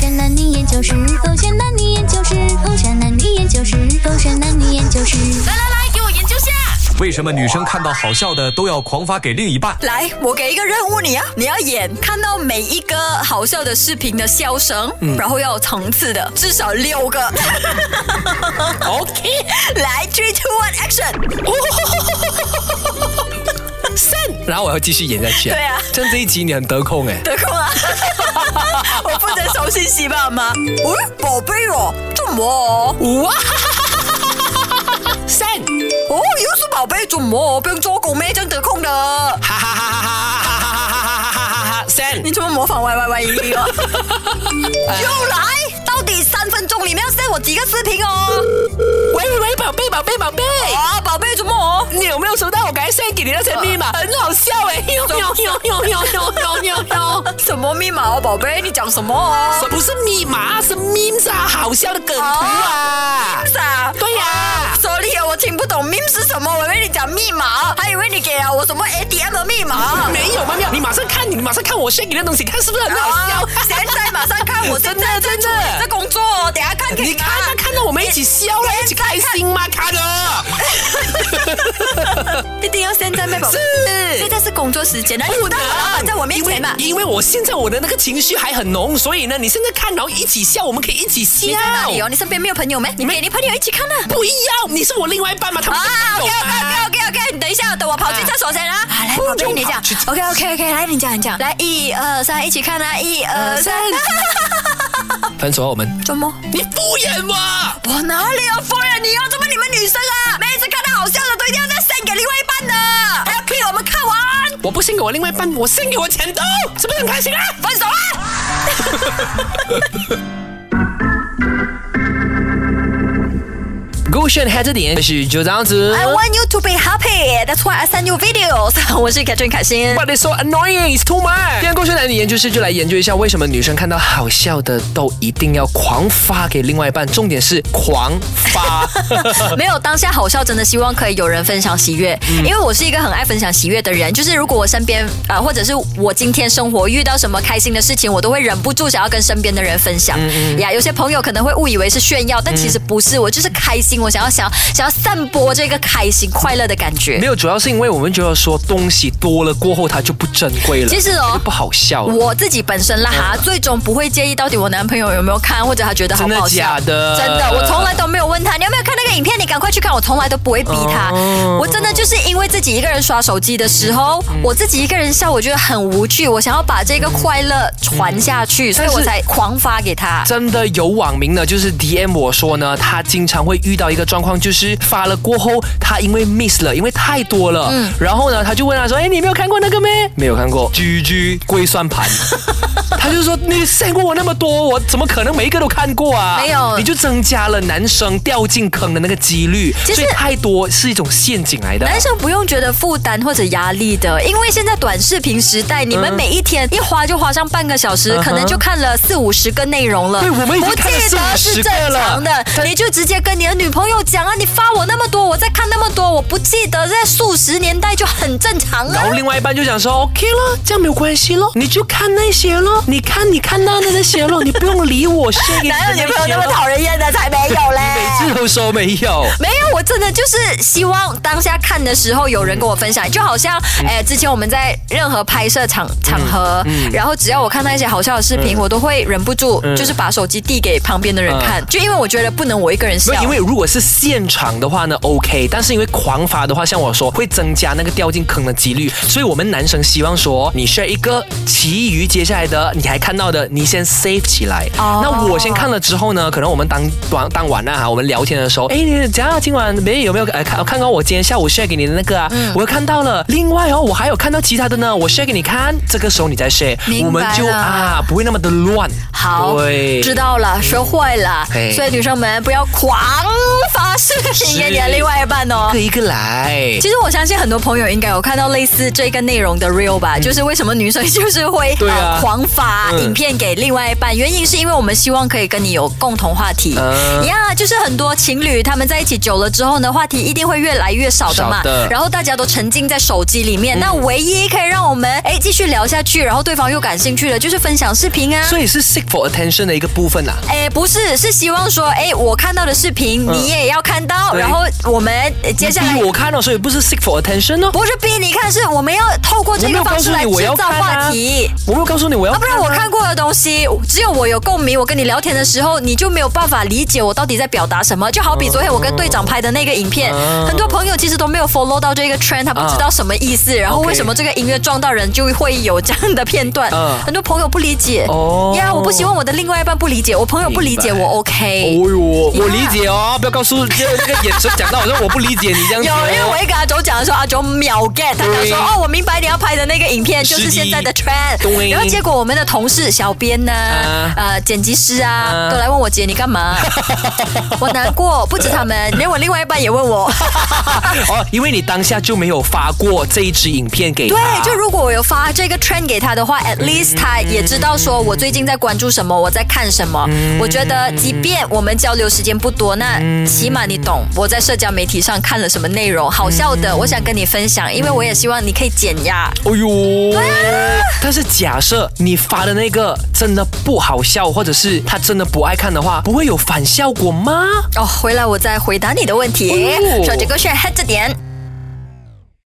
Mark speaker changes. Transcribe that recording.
Speaker 1: 山男女研究室，风扇男女研究室，风扇男女研究室，风扇男女研究室。
Speaker 2: 来来来，给我研究下。
Speaker 3: 为什么女生看到好笑的都要狂发给另一半？
Speaker 4: 来，我给一个任务你啊，你要演看到每一个好笑的视频的笑声，
Speaker 2: 嗯
Speaker 4: 然后要有层次的，至少六个。
Speaker 2: OK，
Speaker 4: 来，three two one action。
Speaker 2: 肾
Speaker 5: 然后我要继续演下去、
Speaker 4: 对啊
Speaker 5: 像这一集你很得空哎，
Speaker 4: 得 空啊！我负责收信息吧，好吗？喂，宝贝哦，怎么哦？
Speaker 2: 哇，肾
Speaker 4: 哦，又是宝贝，怎么哦？不用做工咩？这样得空的？
Speaker 2: 哈哈哈哈哈哈哈哈哈哈哈肾
Speaker 4: 你怎么模仿 Y Y Y 音律哦？ 又来，到底三分钟里面要 send 我几个视频哦？
Speaker 2: 喂喂，宝贝宝贝宝贝，
Speaker 4: 啊，宝贝，怎么哦？
Speaker 2: 你有没有收到我刚才 send 给你那些密码？很好笑哎，呦呦呦呦呦呦呦呦，
Speaker 4: 什么密码哦，宝贝？你讲什么哦？
Speaker 2: 不是密码，是 memes 啊，好笑的梗图啊。
Speaker 4: 啥？
Speaker 2: 对呀、
Speaker 4: ，sorry 啊，我听不懂 meme 是什么，我以为你讲密码，还以为你给了我什么 ATM 的 密码。啊
Speaker 2: 没有吗？没有，你马上看，你马上看我 share 你的东西，看是不是很好笑？
Speaker 4: 啊现在马上看，我
Speaker 2: 真
Speaker 4: 现
Speaker 2: 的
Speaker 4: 在在
Speaker 2: 真的
Speaker 4: 做这工作哦，等下看给
Speaker 2: 你看啊，看到我们一起笑啊了，一起开心吗？看了，
Speaker 4: 一定要现在
Speaker 2: 哎
Speaker 4: 卖宝贝。现
Speaker 2: 是。
Speaker 4: 在是工作时间，那你不能老板在我面前嘛？
Speaker 2: 因为我现在我的那个情绪还很浓，所以呢，你现在看，然后一起笑，我们可以一起笑
Speaker 4: 你。在哪里哦？你身边没有朋友没？你给你朋友一起看啊。
Speaker 2: 不要，你是我另外一半嘛，他们
Speaker 4: 啊
Speaker 2: 都
Speaker 4: ，OK
Speaker 2: 不懂
Speaker 4: OK
Speaker 2: 啊
Speaker 4: OK OK OK，你等一下，等我跑去厕所先啊。啊来，宝贝，你讲。OK OK OK，来你讲你讲，来一二三，一起看啊，一二三。
Speaker 5: 分手啊我们。
Speaker 4: 怎么？
Speaker 2: 你敷衍我。
Speaker 4: 我哪里有夫人？你要怎么你们女生啊？每一次看到好笑的都一定要再 send 给另外一半的，还要逼我们看完，
Speaker 2: 我不信给我另外一半，我信给我前度，是不是很开心啊？
Speaker 4: 分 手啊！
Speaker 5: 勾选黑着点，我是九张子。
Speaker 4: I want you to be happy. That's why I send you videos. 我是凯俊凯欣。
Speaker 5: But it's so annoying, it's too much。今天勾选男女研究室就来研究一下，为什么女生看到好笑的都一定要狂发给另外一半，重点是狂 发。
Speaker 4: 没有当下好笑，真的希望可以有人分享喜悦，
Speaker 5: 嗯
Speaker 4: 因为我是一个很爱分享喜悦的人。就是如果我身边啊、呃或者是我今天生活遇到什么开心的事情，我都会忍不住想要跟身边的人分
Speaker 5: 嗯
Speaker 4: 享。呀，有些朋友可能会误以为是炫耀，但其实不是，我就是开心，我想要想想要散播这个开心快乐的感觉
Speaker 5: 没。有，主要是因为我们觉得说东西多了过后它就不珍贵了，
Speaker 4: 其实哦
Speaker 5: 就不好笑了。
Speaker 4: 我自己本身啦
Speaker 5: 嗯
Speaker 4: 哈，最终不会介意到底我男朋友有没有看，或者他觉得好不好笑。
Speaker 5: 真的假的
Speaker 4: 真的，我从来都没有问他你有没有看那个影片，你赶快去看，我从来都不会逼他。我真的就是因为自己一个人刷手机的时候，我自己一个人笑，我觉得很无趣，我想要把这个快乐传下去，所以我才狂发给他。
Speaker 5: 真的有网民呢，就是 DM 我说呢，他经常会遇到一个状况，就是发了过后，他因为 miss 了，因为太多了，
Speaker 4: 嗯
Speaker 5: 然后呢，他就问他说，哎，你没有看过那个咩？没有看过，GG 龟算盘。 他就说：“你 send 过我那么多，我怎么可能每一个都看过啊？
Speaker 4: 没有
Speaker 5: 你就增加了男生掉进坑的那个几率，
Speaker 4: 其实
Speaker 5: 所以太多是一种陷阱来的。
Speaker 4: 男生不用觉得负担或者压力的，因为现在短视频时代，你们每一天一花就花上半个小时，可能就看了四五十个内容了。
Speaker 5: 嗯对我们已经
Speaker 4: 不记
Speaker 5: 看了四
Speaker 4: 得
Speaker 5: 五
Speaker 4: 是
Speaker 5: 十
Speaker 4: 正
Speaker 5: 个了
Speaker 4: 常的，你就直接跟你的女朋友讲啊，你发我那么多，我在看那么多，我不记得，在数十年代就很正常
Speaker 5: 然后。
Speaker 4: 了
Speaker 5: 另外一半就想说 OK 了，这样没有关系咯，你就看那些咯，你看你看到的那些咯，你不用理我，献给你
Speaker 4: 哪
Speaker 5: 的
Speaker 4: 有女
Speaker 5: 那
Speaker 4: 朋友
Speaker 5: 些
Speaker 4: 那么
Speaker 5: 咯。
Speaker 4: 讨人厌的？才没有嘞！
Speaker 5: 每次都说没有。
Speaker 4: 没有，我真的就是希望当下看的时候有人跟我分享，就好像
Speaker 5: 嗯
Speaker 4: 哎、之前我们在任何拍摄场场合，
Speaker 5: 嗯
Speaker 4: 然后只要我看到一些好笑的视频，我都会忍不住就是把手机递给旁边的人看，就因为我觉得不能我一个人
Speaker 5: 嗯没
Speaker 4: 笑
Speaker 5: 有，。因为如果是现场的话呢，OK，但是因为狂发的话，像我说会增加那个掉进坑的几率，所以我们男生希望说你 share 一个，其余接下来的你还看到的，你先 save 起来。
Speaker 4: 哦
Speaker 5: 那我先看了之后呢，可能我们当当当晚啊，哈，我们聊天的时候，哎，你怎样啊？今晚没有没有呃看看到我今天下午 share 给你的那个啊，我又看到了。另外哦，我还有看到其他的呢，我 share 给你看。这个时候你再 share，
Speaker 4: 明白
Speaker 5: 我们就
Speaker 4: 了
Speaker 5: 啊不会那么的乱。
Speaker 4: 好
Speaker 5: 对，，嗯
Speaker 4: 知道了，学会了。
Speaker 5: 嘿
Speaker 4: 所以女生们不要狂发誓给你的另外一半哦
Speaker 5: 一个。一个来。
Speaker 4: 其实我相信很多朋友应该有看到类似这个内容的 real 吧，就是为什么女生就是会
Speaker 5: 嗯对啊
Speaker 4: 呃、狂发
Speaker 5: 嗯
Speaker 4: 影片给另外一半，原因是因为我们希望可以跟你有共同话题
Speaker 5: 嗯
Speaker 4: 呀就是很多情侣他们在一起久了之后呢，话题一定会越来越少的嘛
Speaker 5: 少，的嗯
Speaker 4: 然后大家都沉浸在手机里面，那唯一可以让我们哎继续聊下去，然后对方又感兴趣的，就是分享视频啊。
Speaker 5: 所以是 seek for attention 的一个部分啊啦、
Speaker 4: 哎，不是，是希望说，哎，我看到的视频你也要看到，
Speaker 5: 嗯对
Speaker 4: 然后我们呃接下来
Speaker 5: 逼我看哦，所以不是 seek for attention 哦。
Speaker 4: 不是逼你看，是我们要透过这
Speaker 5: 我没
Speaker 4: 个
Speaker 5: 有
Speaker 4: 方
Speaker 5: 告
Speaker 4: 式
Speaker 5: 诉
Speaker 4: 来
Speaker 5: 你我
Speaker 4: 制
Speaker 5: 要
Speaker 4: 造
Speaker 5: 看
Speaker 4: 话
Speaker 5: 啊
Speaker 4: 题。
Speaker 5: 我没有告诉你我要、
Speaker 4: 啊，不然我看过的东西，只有我有共鸣，我跟你聊天的时候，你就没有办法理解我到底在表达什么。就好比昨天我跟队长拍的那个影片，
Speaker 5: 嗯
Speaker 4: 很多朋友其实都没有 follow 到这个 trend，他不知道什么意思，然后
Speaker 5: OK
Speaker 4: 为什么这个音乐撞到人就会有这样的片段，
Speaker 5: 嗯
Speaker 4: 很多朋友不理解。
Speaker 5: 哦
Speaker 4: 呀，我不希望我的另外一半不理解，我朋友不理解
Speaker 5: 明白
Speaker 4: 我 OK。
Speaker 5: 哦哟，我理解哦，不要告诉就那个眼神讲到好像我不理解你这样
Speaker 4: 有，
Speaker 5: 子、
Speaker 4: 因
Speaker 5: 哦。
Speaker 4: 为我一跟阿周讲的时候，阿周秒 get，他讲
Speaker 5: 对
Speaker 4: 说哦，我明白你要拍的那个影片就是
Speaker 5: 是的
Speaker 4: 现在的 trend，
Speaker 5: 对
Speaker 4: 然后结果我们的同事、小编呢、
Speaker 5: 啊
Speaker 4: 呃剪辑师啊，
Speaker 5: 啊
Speaker 4: 都来问我姐你 干嘛，我难过，不止他们，连我另外一半也问 我。
Speaker 5: 哦，因为你当下就没有发过这一支影片给
Speaker 4: 对
Speaker 5: 他，，
Speaker 4: 就如果我有发这个 trend 给他的话，at
Speaker 5: 嗯
Speaker 4: least 他也知道说我最近在关注什么，我在看什么。
Speaker 5: 嗯
Speaker 4: 我觉得，即便我们交流时间不多，那起码你懂我在社交媒体上看了什么内容，好笑的，
Speaker 5: 嗯
Speaker 4: 我想跟你分享，因为我也希望你可以减压。
Speaker 5: 哦
Speaker 4: 啊
Speaker 5: 呦，但是假设你发的那个真的不好笑，或者是他真的不爱看的话，不会有反效果吗？
Speaker 4: 哦，回来我再回答你的问题
Speaker 5: 哦。
Speaker 4: 说这个是黑着点。